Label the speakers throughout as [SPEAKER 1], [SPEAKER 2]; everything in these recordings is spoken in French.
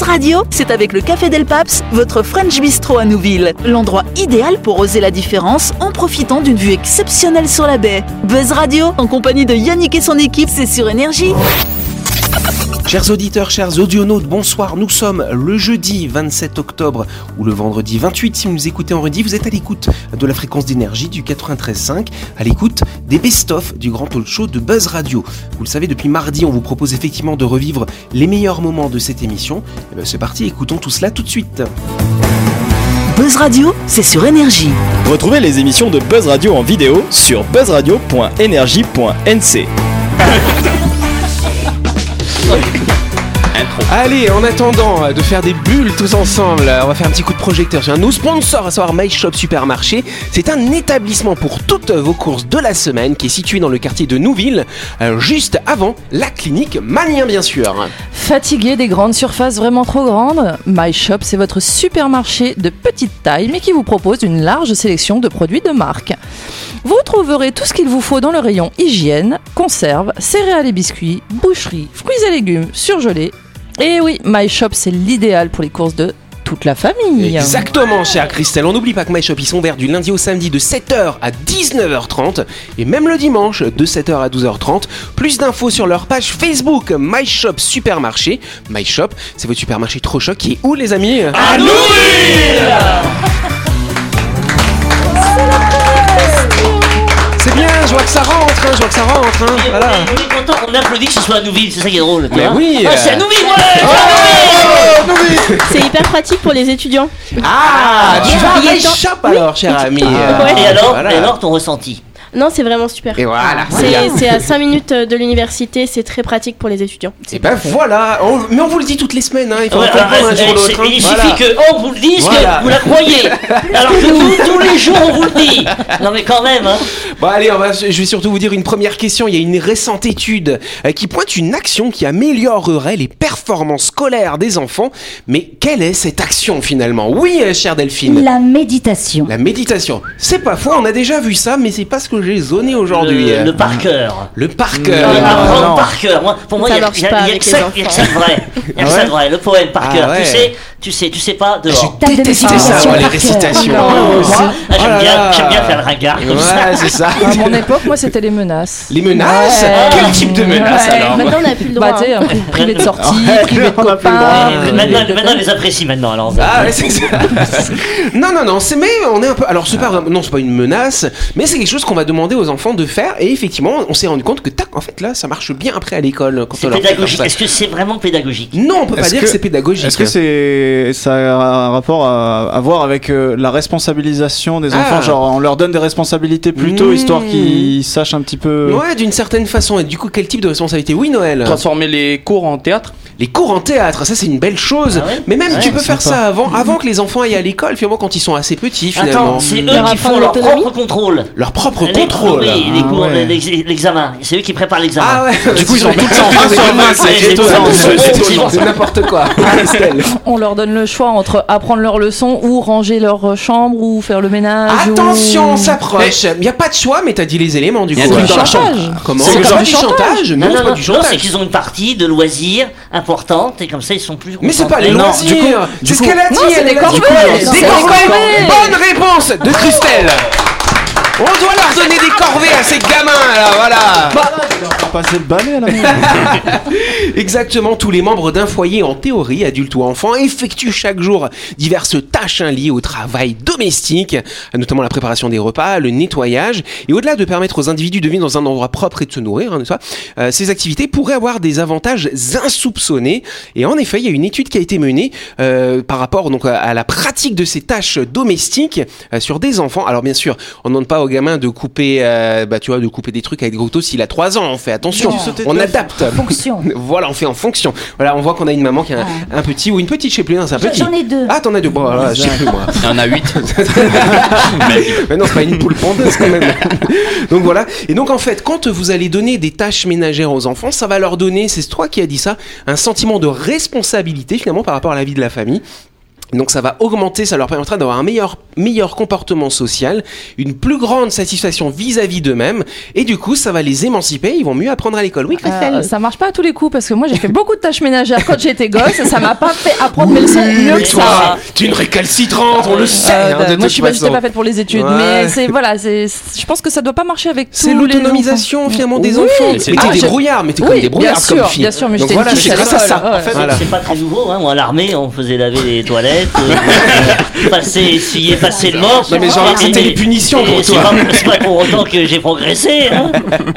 [SPEAKER 1] radio, c'est avec le Café Del Paps, votre French Bistro à Nouville. L'endroit idéal pour oser la différence en profitant d'une vue exceptionnelle sur la baie. Buzz Radio, en compagnie de Yannick et son équipe, c'est sur Énergie.
[SPEAKER 2] Chers auditeurs, chers audionautes, bonsoir. Nous sommes le jeudi 27 octobre ou le vendredi 28 si vous nous écoutez en redit. Vous êtes à l'écoute de la fréquence d'énergie du 93.5, à l'écoute des best-of du grand talk show de Buzz Radio. Vous le savez, depuis mardi, on vous propose effectivement de revivre les meilleurs moments de cette émission. Et bien, c'est parti, écoutons tout cela tout de suite.
[SPEAKER 1] Buzz Radio, c'est sur Énergie.
[SPEAKER 3] Retrouvez les émissions de Buzz Radio en vidéo sur buzzradio.energie.nc.
[SPEAKER 2] Allez, en attendant euh, de faire des bulles tous ensemble, euh, on va faire un petit coup de projecteur sur un de nos sponsors, à savoir My Shop Supermarché. C'est un établissement pour toutes vos courses de la semaine qui est situé dans le quartier de Nouville, euh, juste avant la clinique Malien, bien sûr.
[SPEAKER 4] Fatigué des grandes surfaces vraiment trop grandes, My Shop c'est votre supermarché de petite taille mais qui vous propose une large sélection de produits de marque. Vous trouverez tout ce qu'il vous faut dans le rayon hygiène, conserves, céréales et biscuits, boucherie, fruits et légumes, surgelés. Et oui, My Shop c'est l'idéal pour les courses de toute la famille.
[SPEAKER 2] Exactement, chère Christelle. On n'oublie pas que My Shop, ils sont ouverts du lundi au samedi de 7h à 19h30 et même le dimanche de 7h à 12h30. Plus d'infos sur leur page Facebook My Shop Supermarché. My Shop, c'est votre supermarché trop choc qui est où, les amis
[SPEAKER 5] À Nouville
[SPEAKER 2] C'est bien, je vois que ça rentre, hein, je vois que ça rentre. hein, voilà.
[SPEAKER 5] On est content, on applaudit que ce soit à Nouville, c'est ça qui est drôle. tu
[SPEAKER 2] Mais
[SPEAKER 5] vois.
[SPEAKER 2] oui,
[SPEAKER 5] Ah, c'est à
[SPEAKER 2] euh,
[SPEAKER 5] Nouville, ouais, c'est à
[SPEAKER 6] C'est hyper pratique pour les étudiants.
[SPEAKER 2] Ah, tu vas à
[SPEAKER 6] il est
[SPEAKER 2] My
[SPEAKER 6] temps.
[SPEAKER 2] Shop alors, cher ami.
[SPEAKER 5] Nouville Ah, Et alors,
[SPEAKER 2] euh, Voilà.
[SPEAKER 5] et alors ton ressenti
[SPEAKER 6] Non, c'est vraiment super.
[SPEAKER 2] Et voilà.
[SPEAKER 6] C'est c'est à 5 minutes euh, de l'université, c'est très pratique pour les étudiants.
[SPEAKER 2] Et ben voilà, on- mais on vous le dit toutes les semaines, hein, il faut
[SPEAKER 5] Ouais,
[SPEAKER 2] comprendre
[SPEAKER 5] alors,
[SPEAKER 2] un jour ou
[SPEAKER 5] c'est-
[SPEAKER 2] l'autre.
[SPEAKER 5] c'est-
[SPEAKER 2] hein.
[SPEAKER 5] Il
[SPEAKER 2] Voilà.
[SPEAKER 5] suffit que on vous le dise,
[SPEAKER 2] Voilà.
[SPEAKER 5] que vous la croyez. Alors que nous, tous les jours, on vous le dit. Non mais quand même, hein.
[SPEAKER 2] Bon Bah, allez, on va- je vais surtout vous dire une première question. Il y a une récente étude euh, qui pointe une action qui améliorerait les performances scolaires des enfants. Mais quelle est cette action finalement Oui, euh, chère Delphine.
[SPEAKER 7] La méditation.
[SPEAKER 2] La méditation. C'est pas faux, on a déjà vu ça, mais c'est pas ce que j'ai zoné aujourd'hui. euh,
[SPEAKER 5] Le, le par cœur.
[SPEAKER 2] Le parc.
[SPEAKER 5] Euh, apprendre par cœur. Moi, pour moi, il
[SPEAKER 6] Ça
[SPEAKER 5] y a,
[SPEAKER 6] marche
[SPEAKER 5] il y a-
[SPEAKER 6] pas
[SPEAKER 5] il y a
[SPEAKER 6] avec
[SPEAKER 5] que ça,
[SPEAKER 6] les
[SPEAKER 5] il y a que ça de vrai. Il y a que ça de vrai. Le poème par
[SPEAKER 2] Ah
[SPEAKER 5] cœur.
[SPEAKER 2] ouais. Ah,
[SPEAKER 5] Tu sais, tu sais, tu sais pas dehors.
[SPEAKER 7] Table de
[SPEAKER 2] Détestez ça,
[SPEAKER 7] méditation
[SPEAKER 2] moi, les
[SPEAKER 7] par cœur.
[SPEAKER 2] récitations.
[SPEAKER 5] Ah,
[SPEAKER 2] Oh là
[SPEAKER 5] j'aime, bien,
[SPEAKER 2] là.
[SPEAKER 5] j'aime bien faire le ringard comme ça.
[SPEAKER 2] Ouais, c'est ça.
[SPEAKER 4] À mon époque, moi c'était les menaces.
[SPEAKER 2] Les menaces
[SPEAKER 4] Ouais.
[SPEAKER 2] Quel type de menaces
[SPEAKER 4] Ah Ouais.
[SPEAKER 2] alors
[SPEAKER 6] Maintenant, on n'a plus le droit.
[SPEAKER 4] Bah, tu sais,
[SPEAKER 2] euh,
[SPEAKER 6] hein.
[SPEAKER 4] un pri- privé de sortie, privé de
[SPEAKER 8] on a plus le
[SPEAKER 4] copains.
[SPEAKER 5] Mais
[SPEAKER 4] privé
[SPEAKER 5] maintenant,
[SPEAKER 4] de-
[SPEAKER 5] maintenant, on les apprécie maintenant. Alors,
[SPEAKER 2] Ah ouais, c'est ça. non, non, non, c'est mais on est un peu. Alors c'est pas vraiment- non, c'est pas une menace, mais c'est quelque chose qu'on va demander aux enfants de faire. Et effectivement, on s'est rendu compte que tac, en fait là, ça marche bien après à l'école quand
[SPEAKER 5] c'est
[SPEAKER 2] on leur fait comme
[SPEAKER 5] pédagogique.
[SPEAKER 2] ça.
[SPEAKER 5] Est-ce que c'est vraiment pédagogique
[SPEAKER 2] Non, on peut pas
[SPEAKER 8] Est-ce
[SPEAKER 2] dire que,
[SPEAKER 8] que-
[SPEAKER 2] c'est pédagogique.
[SPEAKER 8] Est-ce que c'est ça a un rapport à, à voir avec euh, la responsabilisation des
[SPEAKER 2] Ah.
[SPEAKER 8] enfants Genre on leur donne des responsabilités plus tôt
[SPEAKER 2] Mmh.
[SPEAKER 8] histoire qu'ils sachent un petit peu.
[SPEAKER 2] Ouais, d'une certaine façon. Et du coup, quel type de responsabilité Oui, Noël.
[SPEAKER 9] Transformer les cours en théâtre
[SPEAKER 2] Les cours en théâtre, ça c'est une belle chose.
[SPEAKER 5] Ah ouais
[SPEAKER 2] mais même
[SPEAKER 5] Ouais,
[SPEAKER 2] tu peux
[SPEAKER 8] c'est
[SPEAKER 2] faire
[SPEAKER 8] sympa.
[SPEAKER 2] ça avant, avant que les enfants aillent à l'école. Finalement, quand ils sont assez petits, finalement.
[SPEAKER 5] Attends, c'est
[SPEAKER 4] Leur
[SPEAKER 5] eux qui
[SPEAKER 4] apprendre
[SPEAKER 5] font leur
[SPEAKER 4] l'autonomie
[SPEAKER 5] propre contrôle.
[SPEAKER 2] Leur propre
[SPEAKER 5] Les-
[SPEAKER 2] contrôle.
[SPEAKER 5] oui, les
[SPEAKER 8] Ah
[SPEAKER 5] cours,
[SPEAKER 8] ouais.
[SPEAKER 5] l'ex- l'examen. C'est eux qui préparent l'examen.
[SPEAKER 2] Ah ouais.
[SPEAKER 8] Du coup ils ont toutes en
[SPEAKER 5] Ah, c'est vrai, c'est étonnant,
[SPEAKER 2] C'est
[SPEAKER 5] c'est
[SPEAKER 2] étonnant, c'est n'importe quoi. Christelle.
[SPEAKER 4] On leur donne le choix entre apprendre leur leçon ou ranger leur euh, chambre ou faire le ménage. ou- euh,
[SPEAKER 2] Attention, on s'approche. Il n'y a pas de choix, mais t'as dit les éléments du
[SPEAKER 9] Y a
[SPEAKER 2] coup.
[SPEAKER 9] un truc
[SPEAKER 2] Ouais.
[SPEAKER 9] dans la
[SPEAKER 4] chantage.
[SPEAKER 2] Ah, Comment
[SPEAKER 9] C'est
[SPEAKER 2] C'est
[SPEAKER 9] genre
[SPEAKER 2] pas du chantage
[SPEAKER 5] Non,
[SPEAKER 2] Non, c'est
[SPEAKER 5] non,
[SPEAKER 2] pas
[SPEAKER 5] non,
[SPEAKER 2] du
[SPEAKER 5] non, c'est
[SPEAKER 2] chantage.
[SPEAKER 5] qu'ils ont une partie de loisirs importante et comme ça ils sont plus.
[SPEAKER 2] Mais c'est pas les
[SPEAKER 5] concentrés.
[SPEAKER 9] Non, du coup-
[SPEAKER 2] loisirs.
[SPEAKER 9] du
[SPEAKER 2] C'est ce
[SPEAKER 9] coup-
[SPEAKER 2] qu'elle a dit.
[SPEAKER 4] Non, c'est
[SPEAKER 2] elle
[SPEAKER 4] des
[SPEAKER 2] a dit.
[SPEAKER 4] corvées,
[SPEAKER 2] Du coup,
[SPEAKER 4] c'est
[SPEAKER 2] Des
[SPEAKER 4] des
[SPEAKER 2] corvées.
[SPEAKER 4] corvées.
[SPEAKER 2] Bonne réponse de Christelle. On doit leur donner des corvées à ces gamins là, voilà.
[SPEAKER 8] Faut passer le balai à la maison.
[SPEAKER 2] Exactement, tous les membres d'un foyer, en théorie, adultes ou enfants, effectuent chaque jour diverses tâches hein, liées au travail domestique, notamment la préparation des repas, le nettoyage, et au-delà de permettre aux individus de vivre dans un endroit propre et de se nourrir, hein, n'est-ce pas, euh, ces activités pourraient avoir des avantages insoupçonnés. Et en effet, il y a une étude qui a été menée euh, par rapport donc à- à la pratique de ces tâches domestiques euh, sur des enfants. Alors bien sûr, on ne demande pas aux gamins de couper, euh, bah, tu vois, de couper des trucs avec des couteaux s'il a 3 ans. On fait attention,
[SPEAKER 7] Non. Tu
[SPEAKER 2] on adapte.
[SPEAKER 7] Fonction.
[SPEAKER 2] Voilà, on fait en fonction. Voilà, on voit qu'on a une maman qui a un- un, petit ou une petite, je sais plus, non, c'est un petit.
[SPEAKER 7] J'en ai deux.
[SPEAKER 2] Ah, t'en as deux. Bon, voilà, je sais plus moi.
[SPEAKER 9] Il y en a 8.
[SPEAKER 2] Mais non, c'est pas une poule pondeuse quand même. donc voilà. Et donc en fait, quand vous allez donner des tâches ménagères aux enfants, ça va leur donner, c'est toi qui as dit ça, un sentiment de responsabilité finalement par rapport à la vie de la famille. Donc ça va augmenter, ça leur permettra d'avoir un meilleur, meilleur comportement social, une plus grande satisfaction vis-à-vis d'eux-mêmes, et du coup ça va les émanciper, ils vont mieux apprendre à l'école. Oui,
[SPEAKER 4] Euh,
[SPEAKER 2] Christelle
[SPEAKER 4] ça marche pas à tous les coups parce que moi j'ai fait beaucoup de tâches ménagères quand j'étais gosse et ça m'a pas fait apprendre mes leçons mieux
[SPEAKER 2] mais
[SPEAKER 4] que
[SPEAKER 2] toi, Ah,
[SPEAKER 4] ça.
[SPEAKER 2] tu es une récalcitrante, on le sait
[SPEAKER 4] Euh,
[SPEAKER 2] hein, de
[SPEAKER 4] moi
[SPEAKER 2] toute
[SPEAKER 4] je suis pas, j'étais
[SPEAKER 2] façon.
[SPEAKER 4] pas faite pour les études,
[SPEAKER 2] Ouais.
[SPEAKER 4] mais c'est voilà, c'est, je pense que ça doit pas marcher avec tous
[SPEAKER 2] C'est
[SPEAKER 4] les
[SPEAKER 2] l'autonomisation
[SPEAKER 4] enfants.
[SPEAKER 2] finalement des
[SPEAKER 4] Oui.
[SPEAKER 2] enfants. Mais
[SPEAKER 4] Ah,
[SPEAKER 2] t'es des
[SPEAKER 4] je-
[SPEAKER 2] brouillards, mais t'es
[SPEAKER 4] Oui,
[SPEAKER 2] comme des brouillards
[SPEAKER 4] bien
[SPEAKER 2] comme
[SPEAKER 4] sûr,
[SPEAKER 2] fille.
[SPEAKER 4] bien sûr, mais
[SPEAKER 2] Donc
[SPEAKER 4] j'étais
[SPEAKER 2] voilà,
[SPEAKER 4] une
[SPEAKER 2] c'est
[SPEAKER 4] fille
[SPEAKER 2] grâce à
[SPEAKER 4] sale.
[SPEAKER 2] ça.
[SPEAKER 4] Ouais.
[SPEAKER 5] En fait,
[SPEAKER 2] Voilà.
[SPEAKER 5] c'est pas très nouveau. Hein. Moi, à l'armée, on faisait laver les toilettes, euh, euh, passer, essuyer, passer le mort.
[SPEAKER 2] Non, mais Jean-Marc,
[SPEAKER 5] Et-
[SPEAKER 2] c'était
[SPEAKER 5] et-
[SPEAKER 2] une punition
[SPEAKER 5] et
[SPEAKER 2] pour
[SPEAKER 5] c'est
[SPEAKER 2] toi.
[SPEAKER 5] pas- C'est pas pour autant que j'ai progressé. Hein.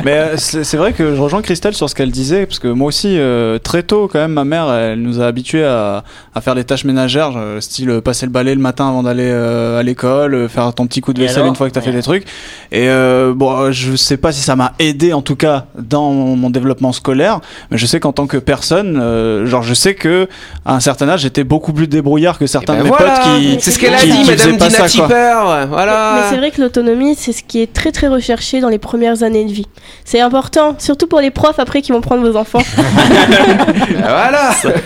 [SPEAKER 8] Mais euh, c'est c'est vrai que je rejoins Christelle sur ce qu'elle disait, parce que moi aussi, euh, très tôt, quand même, ma mère, elle nous a habitués à, à faire des tâches ménagères, euh, style euh, passer le balai le matin avant d'aller euh, à l'école, euh, faire ton petit coup de
[SPEAKER 5] Et
[SPEAKER 8] vaisselle
[SPEAKER 5] alors
[SPEAKER 8] une fois que t'as fait
[SPEAKER 5] Ouais.
[SPEAKER 8] des trucs. Et euh, bon, euh, je sais pas si ça m'a aidé, en tout cas, dans mon, mon développement scolaire, mais je sais qu'en tant que personne, euh, genre, je sais que à un certain âge, j'étais beaucoup plus débrouillard que certains
[SPEAKER 2] Eh
[SPEAKER 8] de
[SPEAKER 2] ben
[SPEAKER 8] mes
[SPEAKER 2] voilà,
[SPEAKER 8] potes qui.
[SPEAKER 2] C'est ce qu'elle a
[SPEAKER 8] qui-
[SPEAKER 2] dit,
[SPEAKER 8] qui
[SPEAKER 2] Madame
[SPEAKER 8] faisaient pas
[SPEAKER 2] Dina
[SPEAKER 8] ça, quoi.
[SPEAKER 2] Tipper.
[SPEAKER 6] Mais
[SPEAKER 2] Voilà.
[SPEAKER 6] c'est vrai que l'autonomie, c'est ce qui est très très recherché dans les premières années de vie. C'est important, surtout pour les profs après qui vont prendre vos enfants.
[SPEAKER 2] Ah, Voilà.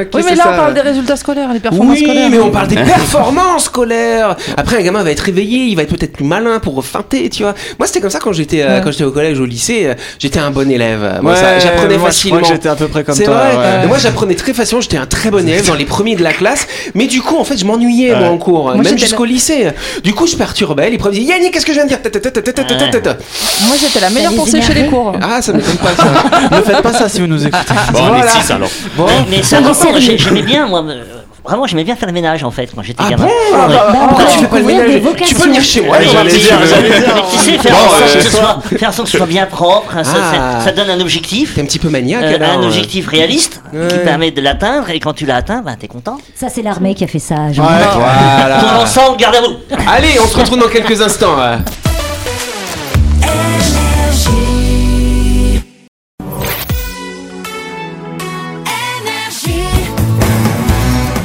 [SPEAKER 2] Ok,
[SPEAKER 4] Oui, mais
[SPEAKER 2] c'est
[SPEAKER 4] là
[SPEAKER 2] ça.
[SPEAKER 4] on parle des résultats scolaires, les
[SPEAKER 8] euh.
[SPEAKER 4] performances
[SPEAKER 2] Oui,
[SPEAKER 4] scolaires.
[SPEAKER 2] mais on parle des performances scolaires. Après, un gamin va être réveillé, il va être peut-être plus malin pour feinter, tu vois. Moi, c'était comme ça quand j'étais euh,
[SPEAKER 4] Ouais.
[SPEAKER 2] quand j'étais au collège, au lycée, euh, j'étais un bon élève. Moi,
[SPEAKER 8] Ouais,
[SPEAKER 2] ça, j'apprenais
[SPEAKER 8] moi, je
[SPEAKER 2] facilement.
[SPEAKER 8] crois que j'étais à peu près comme
[SPEAKER 2] C'est
[SPEAKER 8] toi.
[SPEAKER 2] vrai. Euh,
[SPEAKER 8] ouais.
[SPEAKER 2] Et Moi, j'apprenais très facilement. J'étais un très bon élève dans les premiers de la classe. Mais du coup, en fait, je m'ennuyais moi en cours, même
[SPEAKER 4] j'étais
[SPEAKER 2] jusqu'au lycée. Du coup, je perturbais. Les profs disaient Yannick, qu'est-ce que je viens de dire Ta, ta, ta, ta, ta, ta, ta, ta, ta.
[SPEAKER 4] Moi j'étais la meilleure
[SPEAKER 7] les
[SPEAKER 4] pensée chez les
[SPEAKER 7] énervait.
[SPEAKER 4] cours.
[SPEAKER 2] Ah, ça m'étonne pas. ça.
[SPEAKER 8] ne faites pas ça si vous nous écoutez.
[SPEAKER 3] Bon,
[SPEAKER 2] Voilà.
[SPEAKER 3] on est 6 alors.
[SPEAKER 2] Bon.
[SPEAKER 5] Mais, mais ça, vraiment, moi, j'ai- j'aimais bien, moi. euh, Vraiment, j'aimais bien faire le ménage en fait quand j'étais
[SPEAKER 2] Ah
[SPEAKER 5] gamin.
[SPEAKER 2] bon
[SPEAKER 5] Ah ouais.
[SPEAKER 7] bah,
[SPEAKER 2] Pourquoi
[SPEAKER 7] on
[SPEAKER 2] tu fais pas le
[SPEAKER 7] découvre
[SPEAKER 2] ménage
[SPEAKER 7] des
[SPEAKER 2] Tu peux
[SPEAKER 7] vocations.
[SPEAKER 2] venir chez moi.
[SPEAKER 5] Ouais,
[SPEAKER 2] Jean-Marc.
[SPEAKER 5] mais
[SPEAKER 3] dire, j'allais
[SPEAKER 5] tu sais, faire,
[SPEAKER 3] Bon,
[SPEAKER 5] en sorte
[SPEAKER 3] euh,
[SPEAKER 5] que ce soit, faire en sorte que ce soit bien propre, hein, ça,
[SPEAKER 2] Ah.
[SPEAKER 5] ça- ça donne un objectif,
[SPEAKER 2] T'es un petit peu maniaque.
[SPEAKER 5] euh,
[SPEAKER 2] alors,
[SPEAKER 5] un
[SPEAKER 2] euh.
[SPEAKER 5] objectif réaliste qui
[SPEAKER 2] Ouais.
[SPEAKER 5] permet de l'atteindre et quand tu l'as atteint, ben, t'es content.
[SPEAKER 7] Ça, c'est l'armée qui a fait ça. Jean.
[SPEAKER 5] Tout
[SPEAKER 2] Voilà.
[SPEAKER 5] ensemble, garde à vous.
[SPEAKER 2] Allez, on se retrouve dans quelques instants. euh.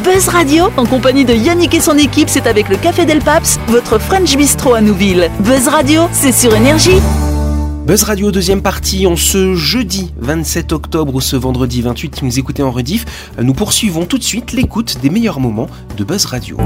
[SPEAKER 1] Buzz Radio, en compagnie de Yannick et son équipe, c'est avec le Café Del Paps, votre French Bistro à Nouville. Buzz Radio, c'est sur Énergie.
[SPEAKER 2] Buzz Radio, deuxième partie, en ce jeudi 27 octobre ou ce vendredi 28, si nous écoutez en rediff, euh, nous poursuivons tout de suite l'écoute des meilleurs moments de Buzz Radio.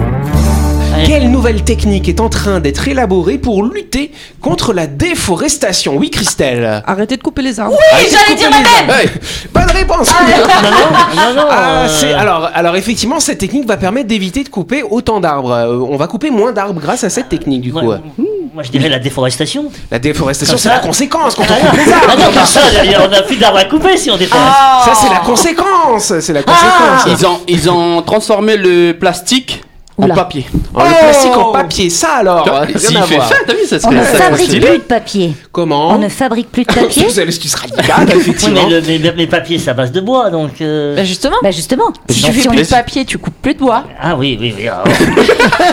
[SPEAKER 2] Quelle nouvelle technique est en train d'être élaborée pour lutter contre la déforestation Oui, Christelle
[SPEAKER 4] Arrêtez de couper les arbres.
[SPEAKER 2] Ah, Oui, j'allais dire la même Ah, Bonne réponse
[SPEAKER 5] Non, non,
[SPEAKER 2] Ah,
[SPEAKER 5] euh,
[SPEAKER 2] c'est- alors, alors effectivement, cette technique va permettre d'éviter de couper autant d'arbres. Euh, on va couper moins d'arbres grâce à cette technique, du
[SPEAKER 5] moi,
[SPEAKER 2] coup.
[SPEAKER 5] moi, je dirais la déforestation.
[SPEAKER 2] La déforestation,
[SPEAKER 5] Comme
[SPEAKER 2] c'est
[SPEAKER 5] ça-
[SPEAKER 2] la conséquence quand on
[SPEAKER 5] Ah,
[SPEAKER 2] coupe les
[SPEAKER 5] ah non,
[SPEAKER 2] arbres.
[SPEAKER 5] comme ça, d'ailleurs, on n'a plus d'arbres à couper si on déforeste.
[SPEAKER 2] Ça, c'est la
[SPEAKER 4] Oh.
[SPEAKER 2] conséquence. C'est la conséquence.
[SPEAKER 4] Ah.
[SPEAKER 9] Ils ont, ils ont transformé le plastique
[SPEAKER 7] Oula.
[SPEAKER 9] en papier.
[SPEAKER 2] Oh, le plastique en papier, ça alors. rien
[SPEAKER 9] Ah, S'il
[SPEAKER 2] à
[SPEAKER 9] fait
[SPEAKER 2] voir.
[SPEAKER 9] ça, t'as vu, ça
[SPEAKER 7] On ne
[SPEAKER 9] serait ça serait
[SPEAKER 7] fabrique plus
[SPEAKER 9] stylé.
[SPEAKER 7] de papier.
[SPEAKER 2] Comment
[SPEAKER 7] On ne fabrique plus de papier.
[SPEAKER 2] Vous allez- tu seras radical,
[SPEAKER 5] Oui, mais
[SPEAKER 2] effectivement.
[SPEAKER 5] le- mais- mais- mes papiers, c'est à base de bois, donc. euh,
[SPEAKER 4] Bah, justement,
[SPEAKER 10] Ben,
[SPEAKER 7] Bah justement.
[SPEAKER 4] si tu
[SPEAKER 7] Donc,
[SPEAKER 4] fais
[SPEAKER 7] si on-
[SPEAKER 4] plus de papier, tu coupes plus de bois.
[SPEAKER 5] Ah oui, oui, oui. ah,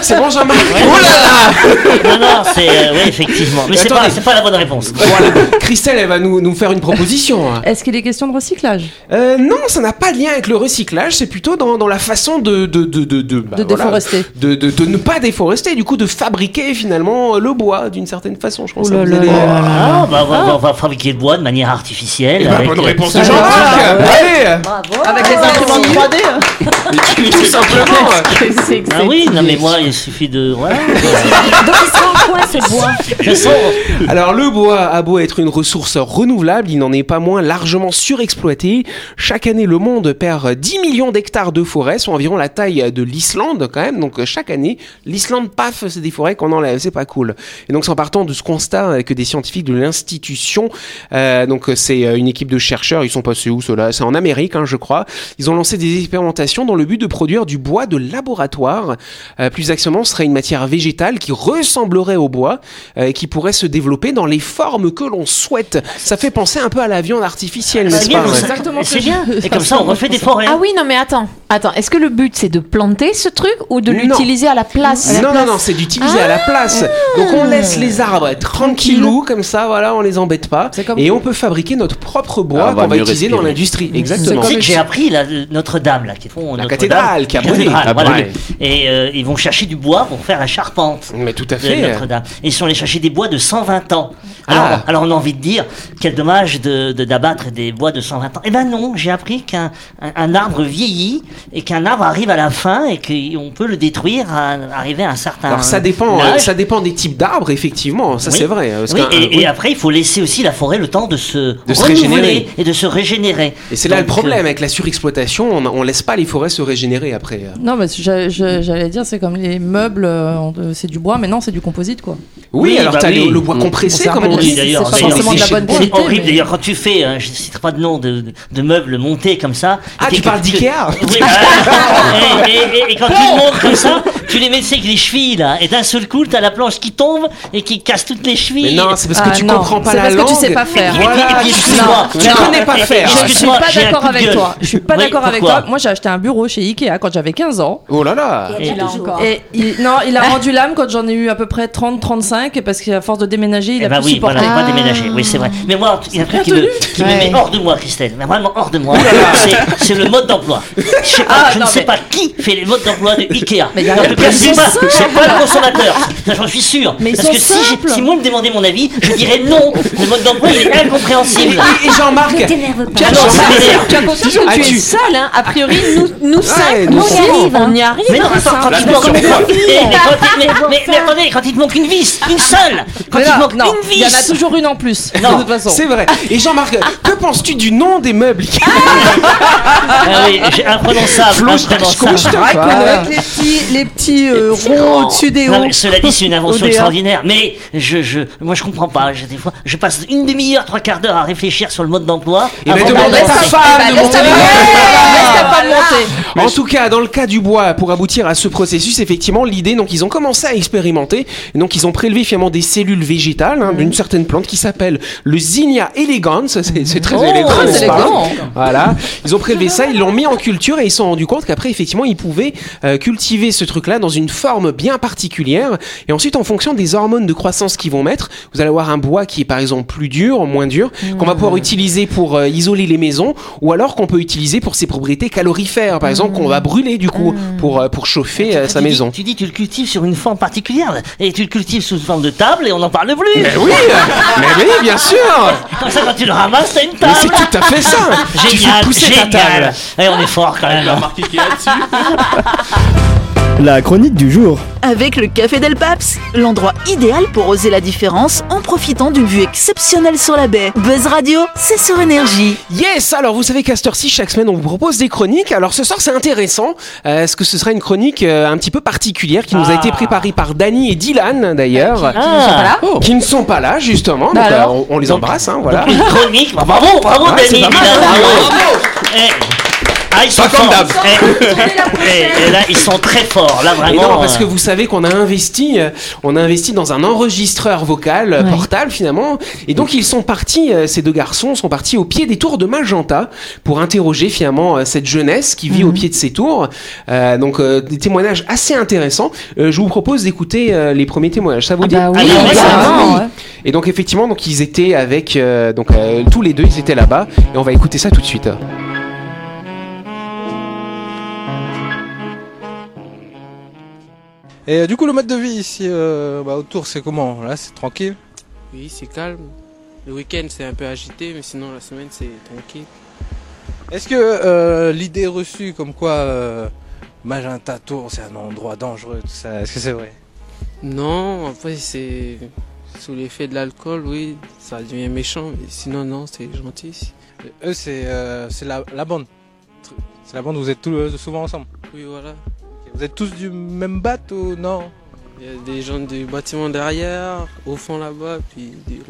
[SPEAKER 2] C'est bon, Jean-Marc
[SPEAKER 5] Oh là là Non, non, c'est. euh, oui, effectivement. Mais c'est
[SPEAKER 2] Attendez.
[SPEAKER 5] pas, c'est pas la bonne réponse.
[SPEAKER 2] Voilà. Christelle, elle va nous, nous faire une proposition. hein.
[SPEAKER 4] Est-ce qu'il est question de recyclage
[SPEAKER 2] Euh, non, ça n'a pas de lien avec le recyclage. C'est plutôt dans, dans la façon de de de de de, bah,
[SPEAKER 4] De
[SPEAKER 2] voilà.
[SPEAKER 4] déforester.
[SPEAKER 2] de, de- de ne pas déforester, du coup de fabriquer finalement euh, le bois d'une certaine façon. Je pense.
[SPEAKER 4] Oh là
[SPEAKER 2] que vous
[SPEAKER 4] là.
[SPEAKER 2] allez- euh,
[SPEAKER 5] Ah, bah, on va- on va fabriquer le bois de manière artificielle.
[SPEAKER 2] Bah,
[SPEAKER 5] avec,
[SPEAKER 2] bonne
[SPEAKER 5] euh,
[SPEAKER 2] réponse
[SPEAKER 4] ça
[SPEAKER 2] de Jean-Marc. Allez,
[SPEAKER 4] Avec les imprimantes 3D
[SPEAKER 2] tout simplement.
[SPEAKER 5] Ah oui, non mais moi il suffit de voilà.
[SPEAKER 7] Donc il sera en quoi ce bois
[SPEAKER 5] Je sens.
[SPEAKER 2] Alors le bois a beau être une ressource renouvelable, il n'en est pas moins largement surexploité. Chaque année, le monde perd 10 millions d'hectares de forêts, soit environ la taille de l'Islande quand même. Donc euh, chaque année, l'Islande, paf, c'est des forêts qu'on enlève, c'est pas cool. Et donc c'est en partant de ce constat euh, que des scientifiques de l'institution, euh, donc euh, c'est euh, une équipe de chercheurs, ils sont passés où cela C'est en Amérique, hein, je crois. Ils ont lancé des expérimentations dans le but de produire du bois de laboratoire. Euh, plus exactement, ce serait une matière végétale qui ressemblerait au bois euh, et qui pourrait se développer dans les formes que l'on souhaite. Ça fait penser un peu à la viande artificielle,
[SPEAKER 5] C'est
[SPEAKER 2] n'est-ce
[SPEAKER 5] bien,
[SPEAKER 2] pas
[SPEAKER 5] donc ça-
[SPEAKER 4] exactement ce
[SPEAKER 5] c'est
[SPEAKER 4] que
[SPEAKER 5] bien.
[SPEAKER 4] je-
[SPEAKER 5] Et comme ça on refait des forêts.
[SPEAKER 10] Ah oui, non, mais attends. Attends, est-ce que le but c'est de planter ce truc ou de
[SPEAKER 2] Non.
[SPEAKER 10] l'utiliser à la place Ah.
[SPEAKER 2] Non, non, non, c'est d'utiliser à la place. Donc on laisse les arbres tranquillou, comme ça, voilà, on les embête pas.
[SPEAKER 4] C'est comme-
[SPEAKER 2] Et on peut fabriquer notre propre
[SPEAKER 9] Ah,
[SPEAKER 2] bois
[SPEAKER 9] on va
[SPEAKER 2] qu'on va
[SPEAKER 9] mieux
[SPEAKER 2] utiliser dans
[SPEAKER 9] respirer.
[SPEAKER 2] l'industrie. Exactement.
[SPEAKER 5] Tu sais que j'ai appris la euh, Notre-Dame là qui font
[SPEAKER 2] La
[SPEAKER 5] Notre-Dame.
[SPEAKER 2] cathédrale qui a brûlé.
[SPEAKER 5] Cathédrale,
[SPEAKER 9] Ah,
[SPEAKER 5] voilà.
[SPEAKER 9] brûlé.
[SPEAKER 5] Et euh, ils vont chercher du bois pour faire la charpente.
[SPEAKER 2] Mais tout à
[SPEAKER 5] de
[SPEAKER 2] fait.
[SPEAKER 5] soda. Et sont allés chercher des bois de 120 ans. Alors,
[SPEAKER 2] Ah.
[SPEAKER 5] alors on a envie de dire, quel dommage de de- d'abattre des bois de 120 ans. Eh ben non, j'ai appris qu'un un, un arbre vieillit et qu'un arbre arrive à la fin et qu'on peut le détruire à arriver à un certain
[SPEAKER 2] Alors ça dépend, euh,
[SPEAKER 5] âge.
[SPEAKER 2] ça dépend des types d'arbres, effectivement, ça
[SPEAKER 5] Oui.
[SPEAKER 2] c'est vrai. hein, parce
[SPEAKER 5] Oui,
[SPEAKER 2] qu'un-
[SPEAKER 5] et,
[SPEAKER 2] oui.
[SPEAKER 5] et après, il faut laisser aussi la forêt le temps de se,
[SPEAKER 2] De se
[SPEAKER 5] renouveler
[SPEAKER 2] régénérer.
[SPEAKER 5] et de se régénérer.
[SPEAKER 2] Et c'est là
[SPEAKER 5] Donc,
[SPEAKER 2] le problème
[SPEAKER 5] euh,
[SPEAKER 2] avec la surexploitation, on, on laisse pas les forêts se régénérer après. euh.
[SPEAKER 4] Non, mais j'a- j'a- j'allais dire, c'est comme les meubles, euh, on- c'est du bois, mais non, c'est du composite, quoi.
[SPEAKER 2] Oui,
[SPEAKER 5] Oui,
[SPEAKER 2] alors
[SPEAKER 5] bah
[SPEAKER 2] t'as
[SPEAKER 5] oui.
[SPEAKER 2] le, le bois compressé,
[SPEAKER 4] On
[SPEAKER 2] comme
[SPEAKER 4] sait
[SPEAKER 2] on
[SPEAKER 4] pas
[SPEAKER 2] dit.
[SPEAKER 5] oui, d'ailleurs,
[SPEAKER 4] c'est pas
[SPEAKER 5] d'ailleurs,
[SPEAKER 4] forcément de la
[SPEAKER 5] c'est-
[SPEAKER 4] bonne
[SPEAKER 5] c'est
[SPEAKER 4] qualité,
[SPEAKER 5] horrible
[SPEAKER 4] mais-
[SPEAKER 5] d'ailleurs quand tu fais, euh, je ne citerai pas de nom de, de- de meubles montés comme ça.
[SPEAKER 2] Ah,
[SPEAKER 5] Et
[SPEAKER 2] tu
[SPEAKER 5] que-
[SPEAKER 2] parles d'Ikea
[SPEAKER 5] que- Oui, voilà. et, et- et- et quand tu le montes comme ça, tu les mets avec les chevilles là, et d'un seul coup, t'as la planche qui tombe et qui casse toutes les chevilles.
[SPEAKER 2] Mais non, c'est parce que
[SPEAKER 4] Ah,
[SPEAKER 2] tu
[SPEAKER 4] non,
[SPEAKER 2] comprends pas
[SPEAKER 4] c'est
[SPEAKER 2] la
[SPEAKER 4] parce que
[SPEAKER 2] langue.
[SPEAKER 4] tu sais pas faire.
[SPEAKER 5] Et puis- et
[SPEAKER 2] Voilà,
[SPEAKER 5] puis,
[SPEAKER 2] tu-
[SPEAKER 5] excuse-moi,
[SPEAKER 2] tu connais pas
[SPEAKER 5] et- et-
[SPEAKER 2] faire.
[SPEAKER 4] Je suis
[SPEAKER 5] excuse-moi,
[SPEAKER 4] pas
[SPEAKER 5] j'ai un
[SPEAKER 4] d'accord
[SPEAKER 5] coup de
[SPEAKER 4] avec
[SPEAKER 5] gueule.
[SPEAKER 4] toi. Je suis pas
[SPEAKER 5] Oui,
[SPEAKER 4] d'accord avec
[SPEAKER 5] pourquoi
[SPEAKER 4] toi. Moi, j'ai acheté un bureau chez Ikea quand j'avais 15 ans.
[SPEAKER 2] Oh là là
[SPEAKER 7] Et là
[SPEAKER 10] Ah.
[SPEAKER 7] encore.
[SPEAKER 4] Et il, non, il a rendu l'âme quand j'en ai eu à peu près 30-35, et parce qu'à force de déménager, il
[SPEAKER 5] Eh
[SPEAKER 4] a Ah.
[SPEAKER 5] ben
[SPEAKER 4] plus
[SPEAKER 5] oui,
[SPEAKER 4] supporté.
[SPEAKER 5] voilà, il va déménager. Oui, c'est vrai. Mais moi, il y a un truc qui, me, qui me
[SPEAKER 10] Ouais.
[SPEAKER 5] met hors de moi, Christelle. Mais vraiment hors de moi. C'est- C'est le mode d'emploi. Je, sais pas,
[SPEAKER 4] Ah,
[SPEAKER 5] je
[SPEAKER 4] non,
[SPEAKER 5] ne sais
[SPEAKER 4] mais-
[SPEAKER 5] pas qui fait les modes d'emploi de Ikea.
[SPEAKER 4] Mais il y a
[SPEAKER 5] En tout
[SPEAKER 4] rien
[SPEAKER 5] cas,
[SPEAKER 4] de
[SPEAKER 5] c'est
[SPEAKER 4] plus
[SPEAKER 5] pas,
[SPEAKER 4] simple.
[SPEAKER 5] c'est pas le consommateur. Ça, J'en suis sûr.
[SPEAKER 4] Mais ils
[SPEAKER 5] Parce
[SPEAKER 4] sont
[SPEAKER 5] que si, j'ai-
[SPEAKER 4] simples.
[SPEAKER 5] si moi me demandait mon avis, je dirais non. Le mode d'emploi, il est
[SPEAKER 2] Et,
[SPEAKER 5] incompréhensible.
[SPEAKER 2] et- et
[SPEAKER 7] Ne
[SPEAKER 2] Jean-Marc
[SPEAKER 7] t'énerve
[SPEAKER 5] Ah
[SPEAKER 7] pas.
[SPEAKER 5] non, ça m'énerve.
[SPEAKER 10] Tu as conscience
[SPEAKER 2] Ah,
[SPEAKER 10] que tu
[SPEAKER 2] tu-
[SPEAKER 10] es seul, hein A priori, nous, nous cinq,
[SPEAKER 2] nous
[SPEAKER 10] on
[SPEAKER 7] cinq.
[SPEAKER 10] y arrive.
[SPEAKER 7] hein.
[SPEAKER 10] On y arrive.
[SPEAKER 5] Mais non,
[SPEAKER 10] hein,
[SPEAKER 5] attends,
[SPEAKER 10] ça.
[SPEAKER 5] quand il te manque une mais, mais quand il- mais- mais- mais attendez, quand il te manque une vis, une seule, quand
[SPEAKER 4] Mais
[SPEAKER 5] il te
[SPEAKER 4] là,
[SPEAKER 5] manque
[SPEAKER 4] non,
[SPEAKER 5] une
[SPEAKER 4] il y en a
[SPEAKER 5] vis,
[SPEAKER 4] toujours une en plus.
[SPEAKER 5] Non,
[SPEAKER 4] de toute façon.
[SPEAKER 2] c'est vrai. Et Jean-Marc, que penses-tu du nom des meubles
[SPEAKER 4] Ah,
[SPEAKER 5] ah oui, j'ai imprononçable, imprononçable.
[SPEAKER 2] Voilà.
[SPEAKER 11] Avec les petits, les petits euh, ronds au-dessus des
[SPEAKER 5] Non,
[SPEAKER 11] hauts.
[SPEAKER 5] mais cela dit, c'est une invention
[SPEAKER 11] ODA.
[SPEAKER 5] extraordinaire. Mais je, je, moi, je comprends pas. Je, des fois, je passe une demi-heure, trois quarts d'heure à réfléchir sur le mode d'emploi. Ah,
[SPEAKER 4] Ah,
[SPEAKER 2] Et ben
[SPEAKER 5] avant
[SPEAKER 2] demande à
[SPEAKER 4] bah,
[SPEAKER 5] d'avancer.
[SPEAKER 2] ta femme de monter les
[SPEAKER 4] pas monter.
[SPEAKER 2] En tout cas, dans le cas du bois, pour aboutir à ce processus, effectivement, l'idée, donc, ils ont commencé à expérimenter. Et donc, ils ont prélevé finalement des cellules végétales hein, d'une certaine plante qui s'appelle le Zinnia elegans. C'est c'est très
[SPEAKER 5] Oh,
[SPEAKER 2] élégant.
[SPEAKER 5] très
[SPEAKER 2] n'est-ce pas
[SPEAKER 4] élégant.
[SPEAKER 2] Voilà. Ils ont prélevé ça, ils l'ont mis en culture et ils se sont rendus compte qu'après, effectivement, ils pouvaient euh, cultiver ce truc-là dans une forme bien particulière. Et ensuite, en fonction des hormones de croissance qu'ils vont mettre, vous allez avoir un bois qui est par exemple plus dur, moins dur,
[SPEAKER 5] Mmh.
[SPEAKER 2] qu'on va pouvoir utiliser pour euh, isoler les maisons ou alors qu'on peut utiliser pour ses propriétés calorifères, par exemple, qu'on va brûler du coup pour, euh, pour chauffer euh, sa
[SPEAKER 5] Mmh. Tu dis-
[SPEAKER 2] maison.
[SPEAKER 5] Tu dis, tu le cultives sur une forme particulière. Et tu le cultives sous forme de table et on n'en parle plus.
[SPEAKER 2] Mais oui, euh, mais oui, bien sûr.
[SPEAKER 5] Comme ça, quand tu le ramasses, t'as une
[SPEAKER 2] Mais c'est
[SPEAKER 5] table.
[SPEAKER 2] tout à fait ça. tu fais
[SPEAKER 5] Génial,
[SPEAKER 2] pousser ta table.
[SPEAKER 5] génial. Et on est fort quand même. hein.
[SPEAKER 3] La chronique du jour.
[SPEAKER 1] Avec le Café Del Paps, l'endroit idéal pour oser la différence en profitant d'une vue exceptionnelle sur la baie. Buzz Radio, c'est sur énergie.
[SPEAKER 2] Yes, alors vous savez qu'à cette heure-ci, chaque semaine, on vous propose des chroniques. Alors ce soir, c'est intéressant, euh, parce que ce sera une chronique euh, un petit peu particulière qui nous a
[SPEAKER 5] Ah.
[SPEAKER 2] été préparée par Dani et Dylan, d'ailleurs,
[SPEAKER 5] Ah.
[SPEAKER 4] Oh.
[SPEAKER 2] qui ne sont pas là, justement.
[SPEAKER 4] Bah
[SPEAKER 2] donc,
[SPEAKER 4] alors
[SPEAKER 2] euh, on, on les embrasse, hein, voilà.
[SPEAKER 5] Donc, une chronique. Bah, Bravo, bravo,
[SPEAKER 2] Ouais, c'est
[SPEAKER 5] Dany,
[SPEAKER 2] pas mal, hein.
[SPEAKER 5] Dylan,
[SPEAKER 2] bravo.
[SPEAKER 5] Eh. Ah, ils sont
[SPEAKER 2] Pas comme
[SPEAKER 5] forts.
[SPEAKER 2] d'hab.
[SPEAKER 5] Eh, eh, Et là, ils sont très forts. Là,
[SPEAKER 2] Et
[SPEAKER 5] vraiment.
[SPEAKER 2] non, parce
[SPEAKER 5] euh,
[SPEAKER 2] que vous savez qu'on a investi, euh, on a investi dans un enregistreur vocal euh,
[SPEAKER 10] Ouais.
[SPEAKER 2] portable finalement. Et donc ils sont partis, euh, ces deux garçons sont partis au pied des tours de Magenta pour interroger finalement euh, cette jeunesse qui
[SPEAKER 10] Mhm.
[SPEAKER 2] vit au pied de ces tours. Euh, donc euh, des témoignages assez intéressants. Euh, je vous propose d'écouter euh, les premiers témoignages. Ça vous dit
[SPEAKER 10] bah oui,
[SPEAKER 4] Ah,
[SPEAKER 5] Allez, on va
[SPEAKER 10] carrément, ouais.
[SPEAKER 2] Et donc effectivement, donc ils étaient avec, euh, donc euh, tous les deux, ils étaient là-bas. Et on va écouter ça tout de suite.
[SPEAKER 11] Et euh, du coup, le mode de vie ici euh, bah, autour, c'est comment Là, c'est tranquille.
[SPEAKER 9] Oui, c'est calme. Le week-end, c'est un peu agité, mais sinon, la semaine, c'est tranquille.
[SPEAKER 11] Est-ce que euh, l'idée reçue comme quoi euh, Magenta Tour, c'est un endroit dangereux, tout ça, est-ce que c'est vrai
[SPEAKER 9] Non, après, c'est. Sous l'effet de l'alcool, oui, ça devient méchant, mais sinon, non, c'est gentil. ici.
[SPEAKER 11] Eux, c'est euh, c'est la, la bande. C'est la bande, vous êtes tous, euh, souvent ensemble.
[SPEAKER 9] Oui, voilà.
[SPEAKER 11] Vous êtes tous du même bateau, non
[SPEAKER 9] Il y a des gens du bâtiment derrière, au fond là-bas, puis. des-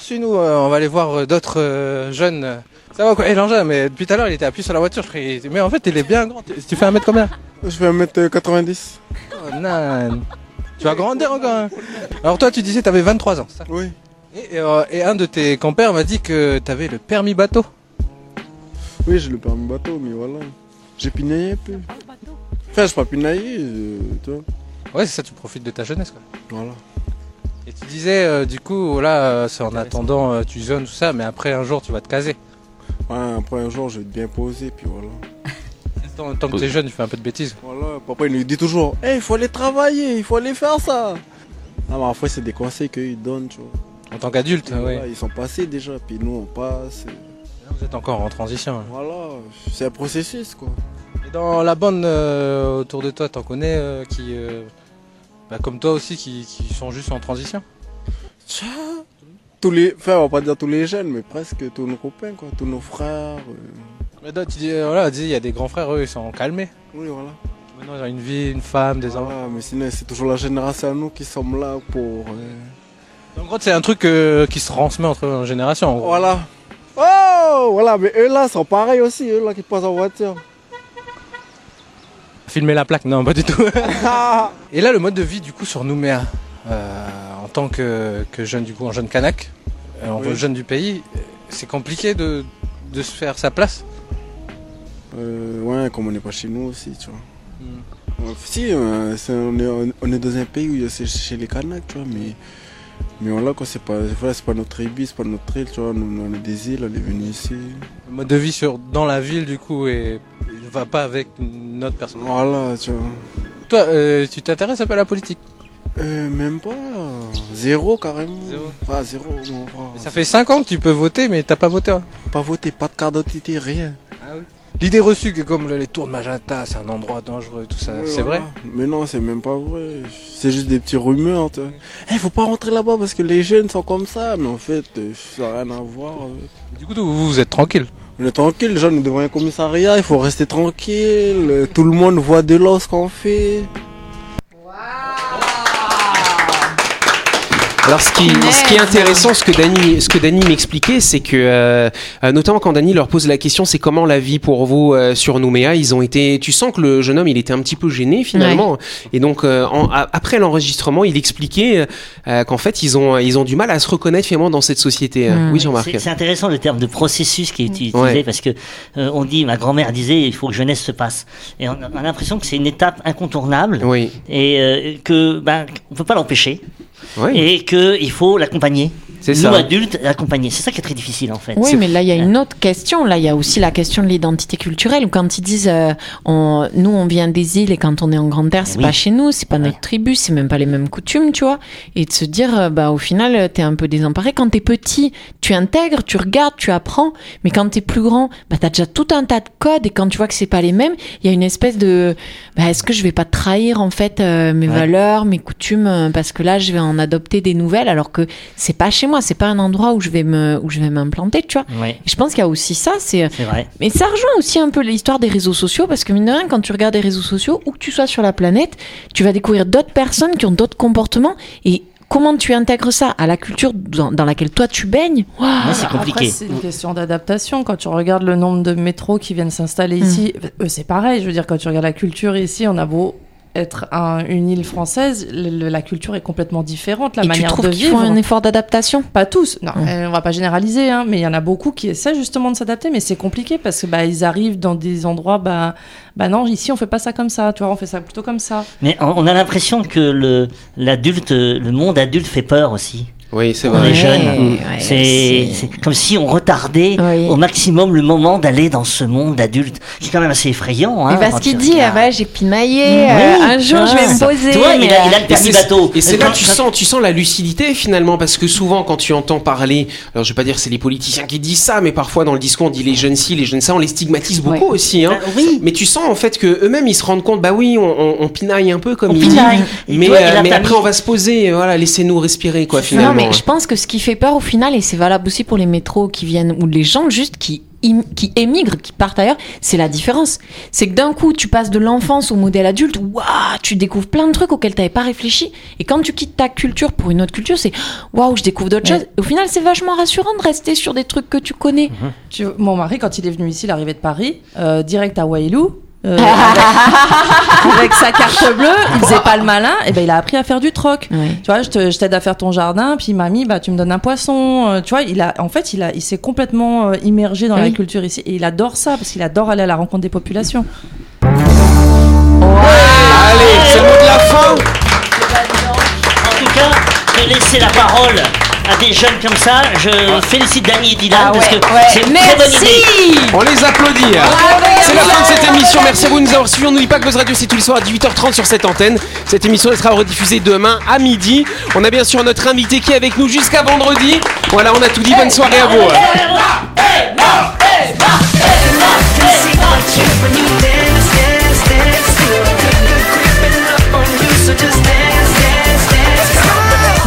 [SPEAKER 11] Chez nous, euh, on va aller voir euh, d'autres euh, jeunes. Ça va quoi Eh l'engin, mais depuis tout à l'heure, il était appuyé sur la voiture. Je croyais... Mais en fait, il est bien grand. Tu tu fais un mètre combien
[SPEAKER 9] Je vais mettre 90.
[SPEAKER 11] Oh, nan. Tu vas grandir encore. hein. Alors toi, tu disais t'avais 23 ans. c'est ça
[SPEAKER 9] Oui.
[SPEAKER 11] Et, et, euh, et un de tes compères m'a dit que t'avais le permis bateau.
[SPEAKER 9] Oui, j'ai le permis bateau, mais voilà. J'ai pinaillé un peu. Enfin, je pas pinaillé, tu vois.
[SPEAKER 11] Ouais, c'est ça, tu profites de ta jeunesse. Quoi.
[SPEAKER 9] Voilà.
[SPEAKER 11] Et tu disais, euh, du coup, voilà, euh, c'est en attendant, euh, tu zones tout ça, mais après un jour, tu vas te caser.
[SPEAKER 9] Ouais, après un jour, je vais être bien posé, puis voilà.
[SPEAKER 11] Tant, tant que t'es jeune, tu fais un peu de bêtises.
[SPEAKER 9] Voilà, papa il nous dit toujours, Eh, il faut aller travailler, il faut aller faire ça. Ah, mais après, c'est des conseils qu'ils donnent, tu vois.
[SPEAKER 11] En tant qu'adulte,
[SPEAKER 2] Ah
[SPEAKER 9] Puis,
[SPEAKER 11] oui.
[SPEAKER 9] voilà, Ils sont passés déjà, puis nous, on passe.
[SPEAKER 11] Vous êtes encore en transition. hein.
[SPEAKER 9] Voilà, c'est un processus, quoi.
[SPEAKER 11] Et dans la bande euh, autour de toi, t'en connais euh, qui, euh, bah, comme toi aussi, qui, qui sont juste en transition
[SPEAKER 9] Tiens, Tous les, enfin, on va pas dire tous les jeunes, mais presque tous nos copains, quoi. Tous nos frères. euh.
[SPEAKER 11] Mais là, tu dis, euh, voilà, dis, il y a des grands frères, eux, ils sont calmés.
[SPEAKER 9] Oui, voilà.
[SPEAKER 11] Maintenant, ils ont une vie, une femme, des enfants.
[SPEAKER 9] Ah, mais sinon, c'est toujours la génération, nous, qui sommes là pour. euh,
[SPEAKER 11] En gros, c'est un truc euh, qui se transmet entre générations. en gros.
[SPEAKER 9] Voilà. Oh, voilà, mais eux là sont pareils aussi, eux là qui passent en voiture.
[SPEAKER 11] Filmer la plaque, non, pas du tout. Et là, le mode de vie, du coup, sur Nouméa, euh, en tant que, que jeune, du coup, en jeune Kanak, euh, en
[SPEAKER 9] Oui.
[SPEAKER 11] jeune du pays, euh, c'est compliqué de, de se faire sa place.
[SPEAKER 9] Euh, ouais, comme on n'est pas chez nous aussi, tu vois. Ouais, Si, euh, c'est- on, est, on est dans un pays où il y a- c'est chez les Kanaks, tu vois, mais, mais on l'a quoi, c'est pas, voilà, c'est pas notre tribu, c'est pas notre île, tu vois, nous, on est des îles, on est venus ici.
[SPEAKER 11] Le mode de vie sur, dans la ville, du coup, et il va pas avec notre personne.
[SPEAKER 9] Voilà, tu vois.
[SPEAKER 11] Toi, euh, tu t'intéresses un peu à la politique
[SPEAKER 9] Euh, même pas, zéro carrément. Zéro. Enfin, zéro, non, enfin,
[SPEAKER 11] Ça fait 5 ans que tu peux voter, mais t'as pas voté. hein.
[SPEAKER 9] Pas voté, pas de carte d'identité, rien.
[SPEAKER 11] L'idée reçue que comme les tours de Magenta, c'est un endroit dangereux, tout ça,
[SPEAKER 9] Ouais,
[SPEAKER 11] c'est
[SPEAKER 9] voilà.
[SPEAKER 11] vrai
[SPEAKER 9] Mais non, c'est même pas vrai. C'est juste des petits rumeurs. tu vois. Eh, faut pas rentrer là-bas parce que les jeunes sont comme ça. Mais en fait, euh, ça n'a rien à voir. euh.
[SPEAKER 11] Du coup, vous, vous êtes tranquille.
[SPEAKER 9] On est tranquille, déjà, nous devant un commissariat. Il faut rester tranquille. euh, Tout le monde voit de l'os qu'on fait.
[SPEAKER 2] Alors ce qui, ce qui est intéressant, ce que Dany, ce que Dany m'expliquait, c'est que euh, euh, notamment quand Dany leur pose la question, c'est comment la vie pour vous euh, sur Nouméa, ils ont été, tu sens que le jeune homme, il était un petit peu gêné finalement, et donc euh, en- a- après l'enregistrement, il expliquait euh, qu'en fait ils ont, ils ont du mal à se reconnaître finalement dans cette société. Oui, Jean-Marc.
[SPEAKER 5] Mmh.
[SPEAKER 2] Mm.
[SPEAKER 5] C'est- C'est intéressant le terme de processus qui est utilisé
[SPEAKER 2] Ouais.
[SPEAKER 5] parce que euh, on dit, ma grand-mère disait, il faut que jeunesse se passe. Et on a, on a l'impression que c'est une étape incontournable
[SPEAKER 2] Oui.
[SPEAKER 5] et euh, que ben on peut pas l'empêcher
[SPEAKER 2] Oui.
[SPEAKER 5] et que il faut l'accompagner.
[SPEAKER 2] C'est
[SPEAKER 5] Nous
[SPEAKER 2] ça.
[SPEAKER 5] adultes l'accompagner. C'est ça qui est très difficile en fait.
[SPEAKER 10] Oui, mais là, il y a une autre question. Là, il y a aussi la question de l'identité culturelle. Quand ils disent, euh, on- nous, on vient des îles et quand on est en grande terre, c'est
[SPEAKER 5] Oui.
[SPEAKER 10] pas chez nous, c'est pas notre tribu, c'est même pas les mêmes coutumes, tu vois. Et de se dire, euh, bah, au final, euh, t'es un peu désemparé. Quand t'es petit, tu intègres, tu regardes, tu apprends. Mais quand t'es plus grand, bah, t'as déjà tout un tas de codes et quand tu vois que c'est pas les mêmes, il y a une espèce de, bah, est-ce que je vais pas trahir, en fait, euh, mes
[SPEAKER 5] Ouais.
[SPEAKER 10] valeurs, mes coutumes, euh, parce que là, je vais en adopter des nouvelles alors que c'est pas chez moi, c'est pas un endroit où je vais me, où je vais m'implanter, tu vois.
[SPEAKER 5] Ouais,
[SPEAKER 10] Je pense qu'il y a aussi ça, c'est.
[SPEAKER 5] c'est vrai.
[SPEAKER 10] Mais ça rejoint aussi un peu l'histoire des réseaux sociaux, parce que mine de rien, quand tu regardes les réseaux sociaux, où que tu sois sur la planète, tu vas découvrir d'autres personnes qui ont d'autres comportements et comment tu intègres ça à la culture dans, dans laquelle toi tu baignes. Waouh.
[SPEAKER 5] Ouais, c'est
[SPEAKER 4] Ah, Après,
[SPEAKER 5] compliqué.
[SPEAKER 4] c'est une question d'adaptation. Quand tu regardes le nombre de métros qui viennent s'installer ici, euh, eux, c'est pareil. Je veux dire, quand tu regardes la culture ici, on a beau être un- une île française, le- le- la culture est complètement différente, la
[SPEAKER 10] et tu
[SPEAKER 4] manière
[SPEAKER 10] trouves
[SPEAKER 4] de
[SPEAKER 10] qu'ils
[SPEAKER 4] vivre.
[SPEAKER 10] font un effort d'adaptation
[SPEAKER 4] Pas tous, non,
[SPEAKER 10] Mm.
[SPEAKER 4] euh, on va pas généraliser, hein, mais il y en a beaucoup qui essaient justement de s'adapter, mais c'est compliqué parce que bah ils arrivent dans des endroits, bah, bah non, ici on fait pas ça comme ça, tu vois, on fait ça plutôt comme ça.
[SPEAKER 5] Mais on on a l'impression que le l'adulte, le monde adulte fait peur aussi.
[SPEAKER 2] Oui, c'est
[SPEAKER 5] On
[SPEAKER 2] vrai.
[SPEAKER 5] est
[SPEAKER 10] Ouais,
[SPEAKER 5] jeune.
[SPEAKER 10] ouais,
[SPEAKER 5] c'est
[SPEAKER 10] c'est-
[SPEAKER 5] c'est comme si on retardait
[SPEAKER 10] Oui.
[SPEAKER 5] au maximum le moment d'aller dans ce monde adulte, qui est quand même assez effrayant. Hein,
[SPEAKER 10] Et parce
[SPEAKER 5] quand
[SPEAKER 10] qu'il
[SPEAKER 5] tu
[SPEAKER 10] dit, ah
[SPEAKER 5] regardes.
[SPEAKER 10] bah, j'ai pinaillé, euh,
[SPEAKER 5] Oui,
[SPEAKER 10] un jour
[SPEAKER 5] ah.
[SPEAKER 10] je vais me poser.
[SPEAKER 5] Tu vois, il a, il a le
[SPEAKER 2] Et
[SPEAKER 5] permis
[SPEAKER 2] c'est-
[SPEAKER 5] bateau.
[SPEAKER 2] et c'est
[SPEAKER 5] Quand-
[SPEAKER 2] là tu
[SPEAKER 5] quand-
[SPEAKER 2] sens, tu sens la lucidité finalement, parce que souvent quand tu entends parler, alors je vais pas dire c'est les politiciens qui disent ça, mais parfois dans le discours on dit les jeunes ci, les jeunes ça, on les stigmatise beaucoup
[SPEAKER 10] Ouais.
[SPEAKER 2] aussi. Hein.
[SPEAKER 5] Bah oui.
[SPEAKER 2] Mais tu sens en fait que eux-mêmes ils se rendent compte, bah oui, on, on- on pinaille un peu comme
[SPEAKER 5] On
[SPEAKER 2] ils
[SPEAKER 5] pinaille.
[SPEAKER 2] disent,
[SPEAKER 5] Et
[SPEAKER 2] mais,
[SPEAKER 5] toi, il
[SPEAKER 2] euh,
[SPEAKER 5] a
[SPEAKER 2] mais
[SPEAKER 5] pas
[SPEAKER 2] après
[SPEAKER 5] mis-
[SPEAKER 2] on va se poser, euh, voilà, laissez-nous respirer quoi finalement.
[SPEAKER 10] Non, mais
[SPEAKER 2] ouais.
[SPEAKER 10] je pense que ce qui fait peur au final, et c'est valable aussi pour les métros qui viennent, ou les gens juste qui, im- qui émigrent, qui partent ailleurs, c'est la différence. C'est que d'un coup, tu passes de l'enfance au modèle adulte, waouh, tu découvres plein de trucs auxquels tu pas réfléchi. Et quand tu quittes ta culture pour une autre culture, c'est waouh, je découvre d'autres
[SPEAKER 4] Ouais.
[SPEAKER 10] choses. Et au final, c'est vachement rassurant de rester sur des trucs que tu connais.
[SPEAKER 4] Tu- mon mari, quand il est venu ici, l'arrivée de Paris, euh, direct à Wailou, euh, avec, avec sa carte bleue, il faisait pas le malin, et ben il a appris à faire du troc.
[SPEAKER 10] Ouais.
[SPEAKER 4] Tu vois, je te- je t'aide à faire ton jardin, puis mamie, bah tu me donnes un poisson. Euh, tu vois, il a, en fait, il a, il s'est complètement euh, immergé dans la
[SPEAKER 10] Oui.
[SPEAKER 4] culture ici, et il adore ça parce qu'il adore aller à la rencontre des populations.
[SPEAKER 2] Allez, c'est le mot de la fin.
[SPEAKER 5] En tout cas, je vais laisser la parole à des jeunes comme ça. Je félicite Dany et Dylan
[SPEAKER 2] Ah
[SPEAKER 5] parce que
[SPEAKER 2] ouais, ouais.
[SPEAKER 5] c'est une très bonne idée.
[SPEAKER 2] On les applaudit hein.
[SPEAKER 5] Bravo,
[SPEAKER 2] C'est la
[SPEAKER 5] bravo,
[SPEAKER 2] fin de cette
[SPEAKER 5] bravo,
[SPEAKER 2] émission, merci à vous de nous avoir suivis. On n'oublie pas que Buzz Radio c'est tous les soirs à 18h30 sur cette antenne. Cette émission elle sera rediffusée demain à midi. On a bien sûr notre invité qui est avec nous jusqu'à vendredi. Voilà, on a tout dit, bonne soirée à vous.